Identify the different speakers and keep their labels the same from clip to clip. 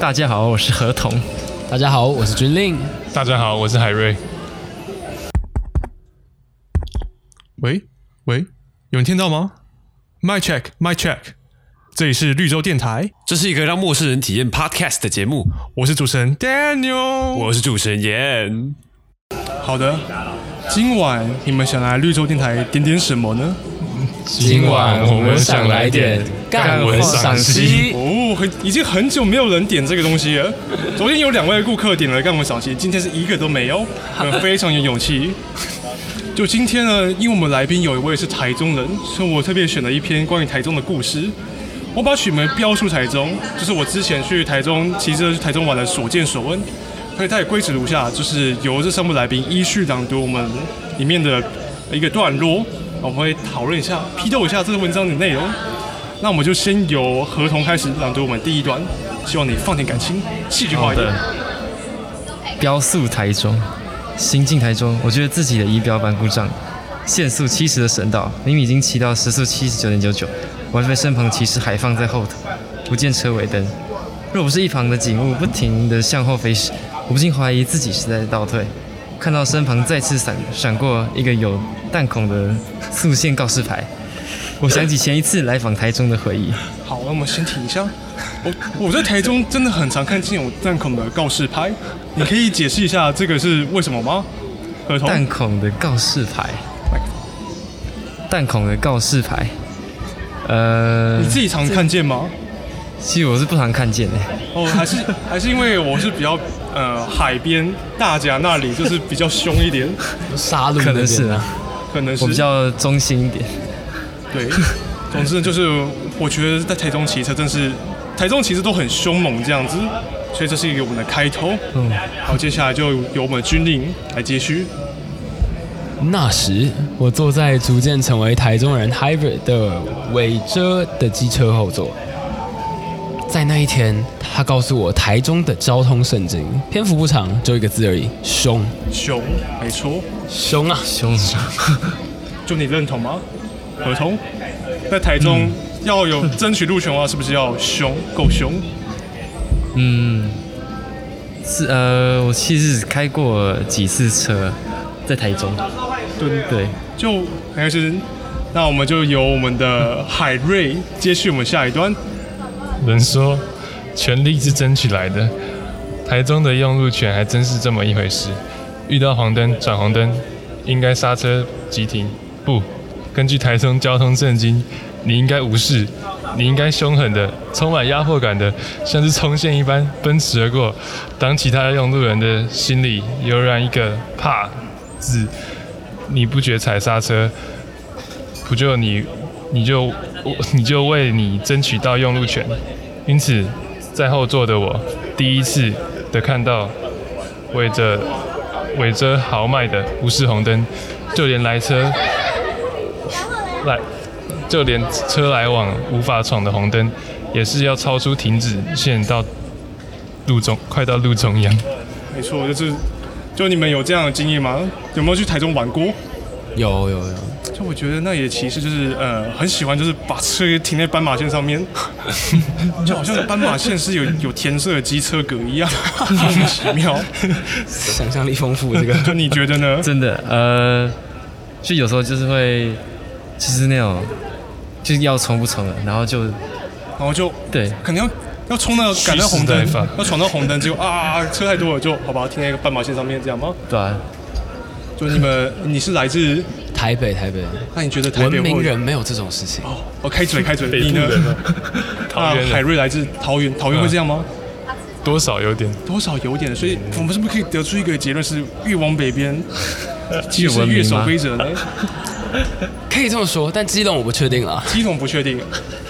Speaker 1: 大家好，我是何童。
Speaker 2: 大家好，我是君令。
Speaker 3: 大家好，我是海瑞。喂喂，有人听到吗？My check, my check，这里是绿洲电台，
Speaker 4: 这是一个让陌生人体验 podcast 的节目，
Speaker 3: 我是主持人 Daniel。
Speaker 4: 我是主持人严。
Speaker 3: 好的，今晚你们想来绿洲电台点点什么呢？
Speaker 1: 今晚我们想来点干文赏析。
Speaker 3: 哦，很已经很久没有人点这个东西了。昨天有两位顾客点了干我赏析，今天是一个都没有，我们非常有勇气。就今天呢，因为我们来宾有一位是台中人，所以我特别选了一篇关于台中的故事。我把曲门标述台中，就是我之前去台中骑车去台中玩的所见所闻。所以它也归止如下，就是由这三位来宾依序朗读我们里面的一个段落，我们会讨论一下、批斗一下这个文章的内容。那我们就先由合同开始朗读我们第一段，希望你放点感情，戏剧化一点。
Speaker 1: 标速台中，行进台中，我觉得自己的仪表板故障，限速七十的省道，明明已经骑到时速七十九点九九，我还被身旁骑士海放在后头，不见车尾灯。若不是一旁的景物不停地向后飞时，我不禁怀疑自己是在倒退。看到身旁再次闪闪过一个有弹孔的速限告示牌，我想起前一次来访台中的回忆。
Speaker 3: 好，那我们先停一下。我我在台中真的很常看见有弹孔的告示牌，你可以解释一下这个是为什么吗？合同
Speaker 1: 弹孔的告示牌，弹孔的告示牌，呃
Speaker 3: 你，自己常看见吗？
Speaker 1: 其实我是不常看见的。
Speaker 3: 哦，还是还是因为我是比较呃海边大甲那里就是比较凶一 点，
Speaker 2: 杀戮
Speaker 1: 可
Speaker 2: 那
Speaker 1: 能是
Speaker 2: 边
Speaker 1: 啊，
Speaker 3: 可能是
Speaker 1: 我比较中心一点。
Speaker 3: 对。总之就是我觉得在台中骑车真是，台中骑车都很凶猛这样子，所以这是一个我们的开头。
Speaker 1: 嗯，
Speaker 3: 好，接下来就由我们军令来接续。
Speaker 2: 那时，我坐在逐渐成为台中人 hybrid 的尾遮的机车后座。在那一天，他告诉我台中的交通圣经，篇幅不长，就一个字而已：凶，
Speaker 3: 凶，没错，
Speaker 2: 凶啊！
Speaker 1: 凶手，
Speaker 3: 就你认同吗？合同，在台中要有争取路权的话，是不是要凶，够凶？
Speaker 1: 嗯，是呃，我其实只开过几次车，在台中。
Speaker 3: 对
Speaker 1: 对，
Speaker 3: 就还是，那我们就由我们的海瑞接续我们下一段。
Speaker 5: 人说，权力是争取来的。台中的用路权还真是这么一回事。遇到黄灯转红灯，应该刹车急停。不，根据台中交通圣经，你应该无视，你应该凶狠的、充满压迫感的，像是冲线一般奔驰而过。当其他用路人的心里油然一个“怕”字，你不觉踩刹车，不就你，你就我你就为你争取到用路权。因此，在后座的我，第一次的看到围着围着豪迈的无视红灯，就连来车来，就连车来往无法闯的红灯，也是要超出停止线到路中，快到路中央。
Speaker 3: 没错，就是，就你们有这样的经验吗？有没有去台中玩过？
Speaker 2: 有有有，
Speaker 3: 就我觉得那也其实就是呃，很喜欢就是把车停在斑马线上面，就好像斑马线是有有填色的机车格一样， 莫名其妙。
Speaker 2: 想象力丰富，这 个
Speaker 3: 就你觉得呢？
Speaker 1: 真的，呃，就有时候就是会，就是那种，就是要冲不冲了，然后就
Speaker 3: 然后就
Speaker 1: 对，
Speaker 3: 可能要要冲到赶到红
Speaker 5: 蓄
Speaker 3: 灯
Speaker 5: 势待发，
Speaker 3: 要闯到红灯，结果啊车太多了，就好吧停在一个斑马线上面这样吗？
Speaker 1: 对啊，
Speaker 3: 就你们你是来自，
Speaker 2: 台北台北
Speaker 3: 那你觉得台
Speaker 2: 文
Speaker 3: 北
Speaker 2: 明
Speaker 3: 会
Speaker 2: 人没有这种事情，
Speaker 3: 哦，哦开嘴开嘴，
Speaker 5: 北
Speaker 3: 你
Speaker 5: 部
Speaker 3: 呢？
Speaker 5: 人啊，
Speaker 3: 啊
Speaker 5: 桃园，
Speaker 3: 海
Speaker 5: 人
Speaker 3: 瑞来自桃园，桃园会这样吗？
Speaker 5: 多少有点
Speaker 3: 多少有点，所以我们是不是可以得出一个结论是越往北边，其实
Speaker 1: 文明
Speaker 3: 越守
Speaker 1: 吗
Speaker 3: 规则呢？
Speaker 2: 可以这么说，但基隆我不确定啊。
Speaker 3: 基隆不确定，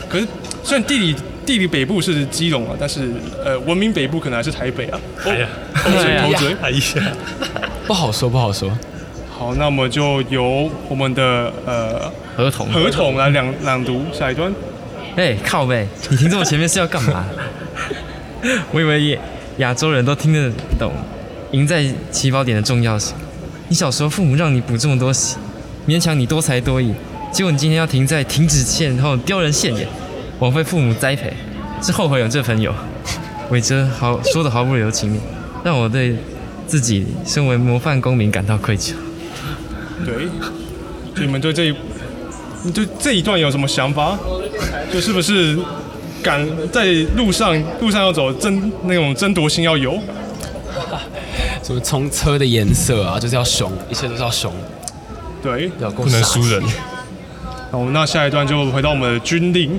Speaker 3: 可是虽然地理地理北部是基隆啊，但是呃文明北部可能还是台北啊。
Speaker 5: 哎呀，
Speaker 3: 偷嘴偷嘴。
Speaker 5: 哎呀，
Speaker 2: 不好说，不好说。
Speaker 3: 好，那么就由我们的呃
Speaker 1: 合同。
Speaker 3: 合同来朗朗读下一段。
Speaker 1: 哎、靠背，你停这么前面是要干嘛？我以为亚亚洲人都听得懂赢在起跑点的重要性。你小时候父母让你补这么多习，勉强你多才多艺，结果你今天要停在停止线后丢人现眼，枉费父母栽培，是后悔有这朋友。伟哲毫说的毫不留情面，让我对自己身为模范公民感到愧疚。
Speaker 3: 对，你们对这一，你对这一段有什么想法？就是不是敢在路上路上要走争那种争夺心要有？
Speaker 2: 什么从车的颜色啊，就是要熊，一切都是要熊，
Speaker 3: 对，
Speaker 2: 要不
Speaker 5: 不能输人。
Speaker 3: 好，那下一段就回到我们的军令。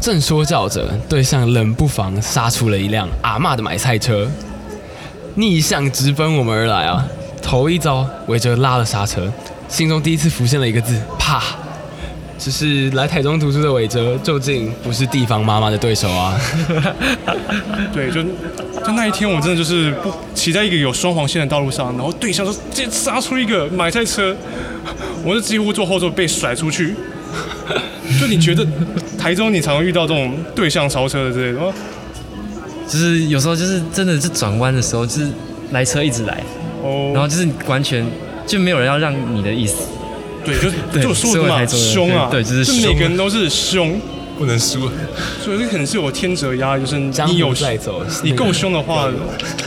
Speaker 2: 正说教着，对向冷不防杀出了一辆阿嬷的买菜车，逆向直奔我们而来啊！头一遭，韦哲拉了刹车，心中第一次浮现了一个字：怕。只是来台中读书的韦哲，究竟不是地方妈妈的对手啊！
Speaker 3: 对，就就那一天，我真的就是不骑在一个有双黄线的道路上，然后对向就直接杀出一个买菜车，我是几乎坐后座被甩出去。 就你觉得台中你常遇到这种对向超车的之类的吗？
Speaker 1: 就是有时候就是真的是转弯的时候，就是来车一直来，
Speaker 3: 哦，
Speaker 1: 然后就是完全就没有人要让你的意思。
Speaker 3: 对，就
Speaker 1: 对
Speaker 3: 就我说的
Speaker 1: 身为
Speaker 3: 嘛，
Speaker 1: 台中人
Speaker 3: 凶啊，
Speaker 1: 对对就是
Speaker 3: 每
Speaker 1: 凶
Speaker 3: 个人都是凶，
Speaker 5: 不能输，啊
Speaker 3: 所以这可能是有天择压，就是
Speaker 2: 江
Speaker 3: 你
Speaker 2: 湖
Speaker 3: 有
Speaker 2: 再走，
Speaker 3: 你
Speaker 2: 那个
Speaker 3: 够凶的话，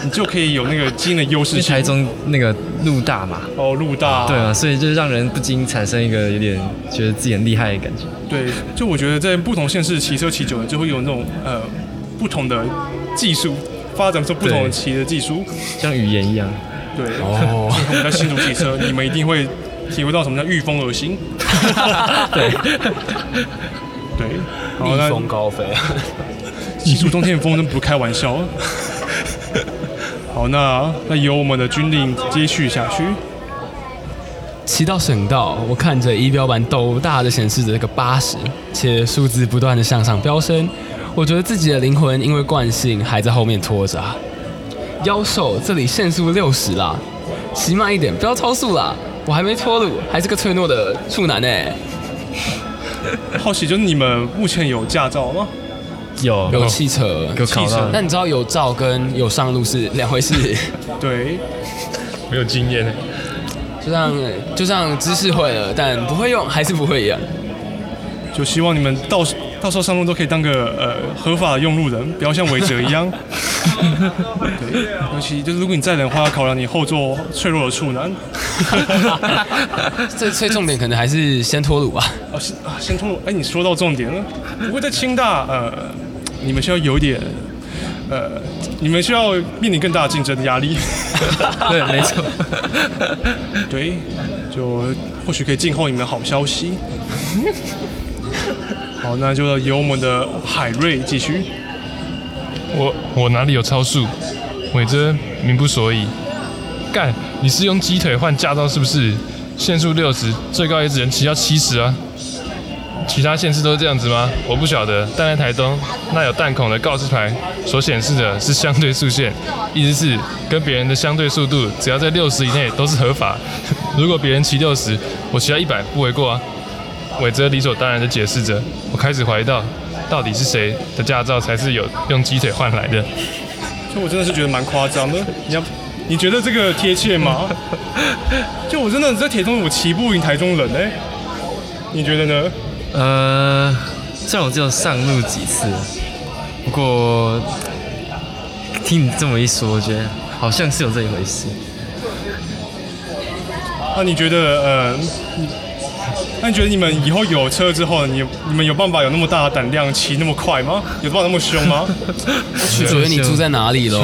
Speaker 3: 你就可以有那个基因的优势
Speaker 1: 因为
Speaker 3: 性。
Speaker 1: 台中那个路大嘛，
Speaker 3: 哦，路大，
Speaker 1: 对啊，所以就是让人不禁产生一个有点觉得自己很厉害的感觉。
Speaker 3: 对，就我觉得在不同县市骑车骑久了，就会有那种呃不同的技术发展出不同的
Speaker 1: 对
Speaker 3: 骑的技术。
Speaker 1: 像语言一样，
Speaker 3: 对，
Speaker 2: 哦，
Speaker 3: 我们在新竹骑车，你们一定会体会到什么叫御风而行。
Speaker 1: 对，
Speaker 3: 对，好，
Speaker 2: 逆
Speaker 3: 那
Speaker 2: 风高飞，啊
Speaker 3: 骑出冬天的风真不开玩笑。啊 好，那那由我们的军令接续下去。
Speaker 2: 骑到省道，我看着仪表板斗大的显示着这个八十，且数字不断的向上飙升，我觉得自己的灵魂因为惯性还在后面拖着啊。妖兽，这里限速六十啦，骑慢一点，不要超速啦，我还没脱乳，还是个脆弱的处男欸呢、
Speaker 3: 好奇，就是你们目前有驾照吗？
Speaker 1: 有
Speaker 2: 有汽车，
Speaker 1: 有考
Speaker 3: 汽
Speaker 1: 到
Speaker 3: 车，
Speaker 2: 但你知道有照跟有上路是两回事，
Speaker 3: 对，
Speaker 5: 没有经验。
Speaker 2: 就像就像知识会了，但不会用还是不会一样。
Speaker 3: 就希望你们到时到时候上路都可以当个呃合法的用路人，不要像韦哲一样。 对，尤其就是如果你再冷的话，考量你后座脆弱的处 男。
Speaker 2: 这最重点可能还是先脱乳吧。
Speaker 3: 啊，是啊，先从哎，你说到重点了。不过在清大，呃，你们需要有点，呃，你们需要面临更大的竞争压力。
Speaker 1: 对，没错，
Speaker 3: 对，就或许可以静候你们的好消息。好，那就由我们的海瑞继续。
Speaker 5: 我我哪里有超速？伟哲名不所以。干，你是用鸡腿换驾照是不是？限速六十，最高也只能骑到七十啊。其他县市都是这样子吗？我不晓得，但在台东那有弹孔的告示牌所显示的是相对速限，意思是跟别人的相对速度只要在六十以内都是合法。如果别人骑六十，我骑到一百不为过啊。伟哲理所当然的解释着，我开始怀疑到，到底是谁的驾照才是有用鸡腿换来的？
Speaker 3: 啊就我真的是觉得蛮夸张的。你要，你觉得这个贴切吗？ 就我真的在铁中，我骑不赢台中人哎、你觉得呢？
Speaker 1: 呃，虽然我只有上路几次，不过听你这么一说，我觉得好像是有这一回事。
Speaker 3: 那啊你觉得呃，你那你觉得你们以后有车之后，你你们有办法有那么大的胆量骑那么快吗？有办法那么凶 吗？
Speaker 2: 取决于你住在哪里喽。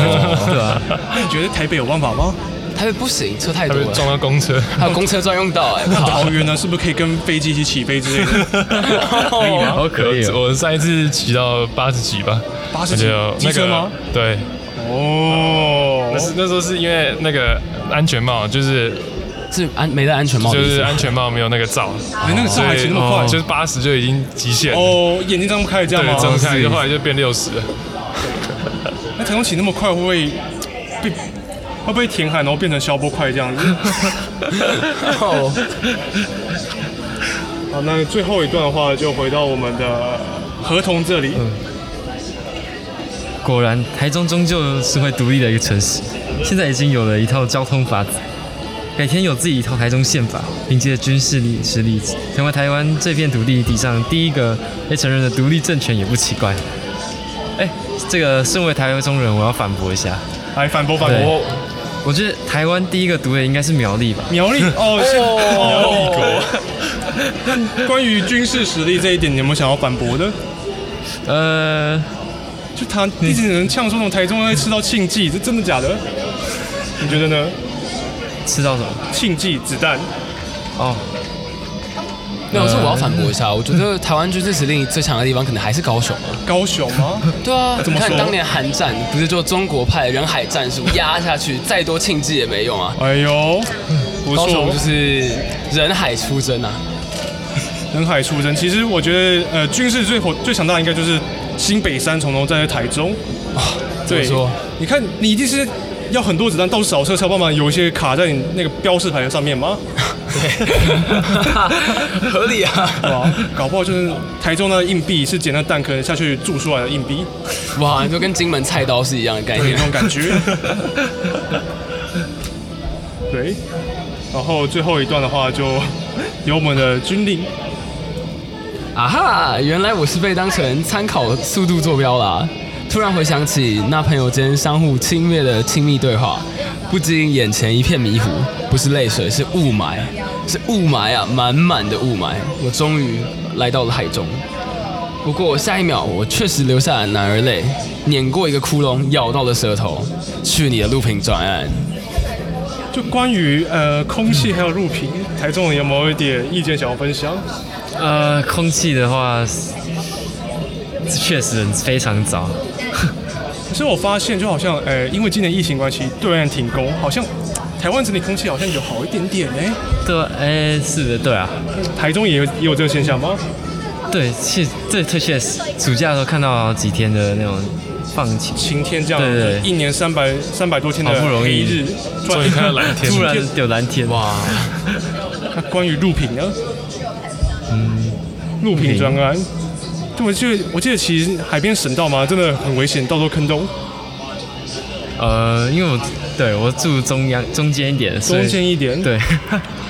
Speaker 1: 对啊，
Speaker 3: 那你觉得台北有办法 吗？
Speaker 2: 台北不行，车太
Speaker 5: 他
Speaker 2: 多
Speaker 5: 被撞
Speaker 2: 了，
Speaker 5: 到公车，
Speaker 2: 还有公车专用道 哎、靠
Speaker 3: 桃园呢，是不是可以跟飞机一起起飞之类的？哎
Speaker 1: 可以
Speaker 5: 啊
Speaker 1: 吗？可以哦，
Speaker 5: 我上一次骑到八十几吧，
Speaker 3: 八十
Speaker 5: 我
Speaker 3: 几
Speaker 5: 就有
Speaker 3: 机车
Speaker 5: 那个
Speaker 3: 吗？
Speaker 5: 对，
Speaker 3: 哦，
Speaker 5: 那是那时候是因为那个安全帽，就是
Speaker 2: 是安没戴安全帽的
Speaker 5: 就
Speaker 2: 意思
Speaker 5: 是
Speaker 2: 吗，
Speaker 5: 安全帽没有那个罩，
Speaker 3: 哎，那个上海骑那么
Speaker 5: 哦
Speaker 3: 快，
Speaker 5: 就
Speaker 3: 就是
Speaker 5: 八十就已经极限了。
Speaker 3: 哦，眼睛张不开这样
Speaker 5: 对
Speaker 3: 吗，？
Speaker 5: 张开就后来就变六十了，
Speaker 3: 那台中骑那么快，会不会被会不会填海，然后变成消波块这样子？
Speaker 2: 哦，
Speaker 3: 好，那最后一段的话，就回到我们的合同这
Speaker 5: 嗯
Speaker 3: 里。
Speaker 1: 果然台中终究是会独立的一个城市，现在已经有了一套交通法则，改天有自己一套台中宪法，凭借军事力实力，成为台湾这片土地地上第一个被承认的独立政权也不奇怪。哎这个身为台中人，我要反驳一下。
Speaker 3: 来反驳反
Speaker 1: 对
Speaker 3: 驳，
Speaker 1: 我觉得台湾第一个读的应该是苗栗吧。
Speaker 3: 苗栗哦，是哦，苗栗国。那关于军事实力这一点，你有没有想要反驳的？
Speaker 1: 呃，
Speaker 3: 就他一直能呛说那种台中人会吃到庆忌，这真的假的？你觉得呢？
Speaker 1: 吃到什么？
Speaker 3: 庆忌子弹，
Speaker 1: 哦，
Speaker 2: 没有，是我要反驳一下。我觉
Speaker 5: 嗯
Speaker 2: 得台湾军事实力最强的地方，可能还是高雄啊。
Speaker 3: 高雄吗？
Speaker 2: 对啊，
Speaker 3: 怎么
Speaker 2: 你看
Speaker 3: 说
Speaker 2: 当年韩战，不是就中国派人海战术压下去，再多庆忌也没用啊。
Speaker 3: 哎呦，不
Speaker 2: 高雄
Speaker 3: 错
Speaker 2: 就，是人海出征 啊，
Speaker 3: 人海出征。其实我觉得，呃，军事最火最强大的应该就是新北三重，然后站在台中。
Speaker 2: 啊怎么
Speaker 3: 对
Speaker 2: 说？
Speaker 3: 你看，你一定是要很多子弹到处扫射，才有办法有一些卡在你那个标示牌上面吗？
Speaker 2: 对，合理啊！
Speaker 3: 哇，搞不好就是台中的硬币是捡那蛋壳下去注出来的硬币，
Speaker 2: 哇，就跟金门菜刀是一样的概
Speaker 3: 有那
Speaker 2: 念。
Speaker 3: 种感觉。对，然后最后一段的话就由我们的军令，
Speaker 2: 啊哈，原来我是被当成参考速度坐标啦。突然回想起那朋友间相互轻蔑的亲密对话，不禁眼前一片迷糊，不是泪水，是雾霾，是雾霾啊，满满的雾霾。我终于来到了海中，不过下一秒我确实流下了男儿泪，碾过一个窟窿，咬到了舌头。去你的路平转岸！
Speaker 3: 就关于呃空气还有陆平，台中人有没有一点意见想要分享？
Speaker 1: 呃，空气的话，确实非常早。
Speaker 3: 其实我发现，就好像呃，因为今年疫情关系，对岸停工，好像台湾整体空气好像有好一点点呢、
Speaker 1: 对啊，哎，是的，对啊，
Speaker 3: 台中也有也有这个现象吗？
Speaker 1: 对，确这特确实，暑假的时候看到几天的那种放晴，
Speaker 3: 晴天这样，
Speaker 1: 对对对
Speaker 3: 一年三百三百多天的
Speaker 1: 好不容易
Speaker 3: 黑日，突
Speaker 5: 终于看到蓝天
Speaker 1: 突然有蓝天，哇，
Speaker 3: 那关于录屏呢？嗯，录屏专案。对，我记得我记得，其实海边省道嘛，真的很危险，到时候坑洞。
Speaker 1: 呃，因为我对我住中央中间一点，所以
Speaker 3: 中间一点。，
Speaker 1: 对，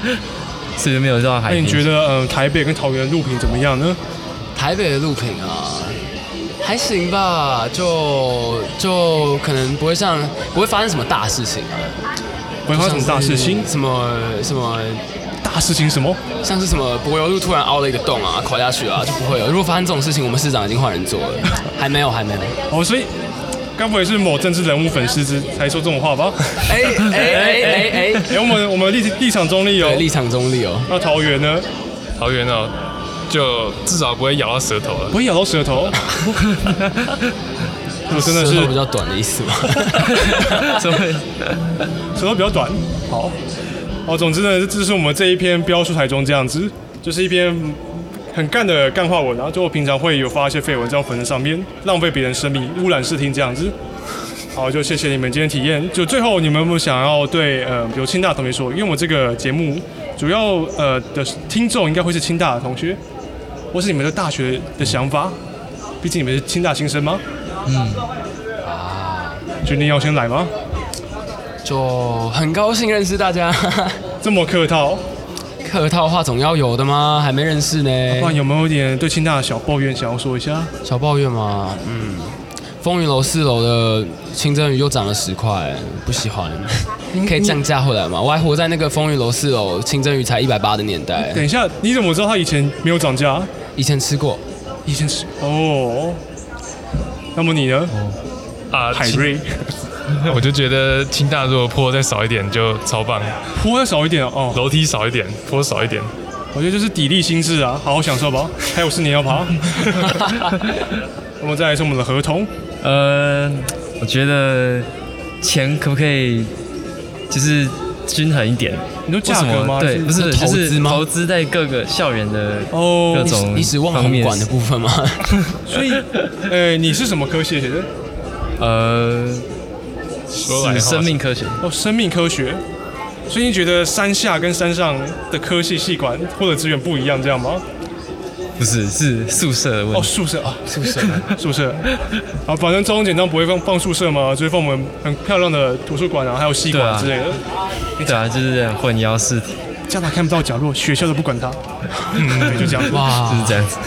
Speaker 1: 所以就没有绕海
Speaker 3: 那
Speaker 1: 边。
Speaker 3: 你觉得，呃，台北跟桃园的录屏怎么样呢？
Speaker 2: 台北的路平啊，还行吧，就就可能不会像不会发生什么大事情啊。
Speaker 3: 不会发生什么大事情？
Speaker 2: 什么什么，
Speaker 3: 大事情什么？
Speaker 2: 像是什么柏油路突然凹了一个洞啊，垮下去啊，就不会有。如果发生这种事情，我们市长已经换人做了，还没有，还 没有。
Speaker 3: 哦，所以该不会是某政治人物粉丝之才说这种话吧？
Speaker 2: 哎哎哎哎
Speaker 3: 哎、我们我们立立场中立
Speaker 2: 哎，
Speaker 3: 哦。
Speaker 2: 立场中立哦。
Speaker 3: 那桃园呢？
Speaker 5: 桃园哦，就至少不会咬到舌头了。
Speaker 3: 不会咬到 舌头？ 我真的是
Speaker 2: 舌头比较短的意思 吗？
Speaker 1: 怎么会？
Speaker 3: 舌头比较短。好，哦，总之呢，这是我们这一篇标出台中这样子，就是一篇很干的干话文啊。就我平常会有发一些废文在我粉丝上面，浪费别人生命，污染视听这样子。好，就谢谢你们今天体验。就最后，你们有没有想要对呃，比如清大的同学说？因为我们这个节目主要呃的听众应该会是清大的同学，或是你们的大学的想法。毕竟你们是清大新生吗？嗯。决定要先来吗？
Speaker 2: 就很高兴认识大家。
Speaker 3: 这么客套，
Speaker 2: 客套话总要有的吗？还没认识呢。
Speaker 3: 不然有没有一点对清大的小抱怨想要说一下？
Speaker 2: 小抱怨嘛，嗯，风云楼四楼的清蒸鱼又涨了十块，不喜欢，可以降价回来吗？我还活在那个风云楼四楼清蒸鱼才一百八的年
Speaker 1: 哎
Speaker 2: 代，
Speaker 3: 等一下，你怎么知道他以前没有涨价？
Speaker 2: 以前吃过，
Speaker 3: 以前是哦。那么你呢？
Speaker 1: 哦
Speaker 5: 啊，
Speaker 3: 海瑞，
Speaker 5: 我就觉得清大如果坡再少一点就超棒，
Speaker 3: 坡要少一点哦。
Speaker 5: 楼梯少一点，坡少一点。
Speaker 3: 我觉得就是砥砺心智啊，好好享受吧。还有四年 要爬。那么再来是我们的合同，
Speaker 1: 呃，我觉得钱可不可以就是均衡一点？
Speaker 3: 你说价
Speaker 1: 为什
Speaker 3: 格
Speaker 1: 么
Speaker 3: 吗？
Speaker 1: 对，
Speaker 3: 是
Speaker 1: 不是
Speaker 2: 是投
Speaker 1: 就
Speaker 2: 资
Speaker 1: 是
Speaker 2: 吗
Speaker 1: 投资在各个校园的
Speaker 3: 哦
Speaker 1: 各种
Speaker 2: 你只忘了
Speaker 1: 方
Speaker 2: 红
Speaker 1: 面
Speaker 2: 馆的部分吗？
Speaker 3: 所以，呃，你是什么科系写的？
Speaker 1: 呃，
Speaker 5: 说来
Speaker 1: 是
Speaker 5: 话
Speaker 1: 生命科学。
Speaker 3: 哦，生命科学。所以你觉得山下跟山上的科系系管或者资源不一样，这样吗？
Speaker 1: 不是，是宿舍的问
Speaker 3: 哦，
Speaker 1: 题。
Speaker 3: 宿舍啊，宿舍， 宿舍啊，反正招工简章不会放放宿舍嘛，就会放我们很漂亮的图书馆啊，还有戏
Speaker 1: 对
Speaker 3: 馆
Speaker 1: 啊
Speaker 3: 之类的。
Speaker 1: 对啊，就是这样混淆视听，
Speaker 3: 家长
Speaker 2: 啊
Speaker 3: 看不到角落，学校都不管他。嗯，对，就这样。哇，
Speaker 1: 就是这样子。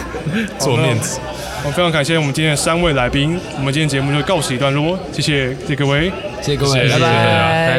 Speaker 5: 做面子，
Speaker 3: 好，非常感谢我们今天的三位来宾，我们今天节目就告此一段落，谢谢，谢谢各位。
Speaker 2: 谢谢各
Speaker 5: 谢
Speaker 2: 位，
Speaker 5: 谢
Speaker 2: 拜
Speaker 5: 大家
Speaker 2: 拜。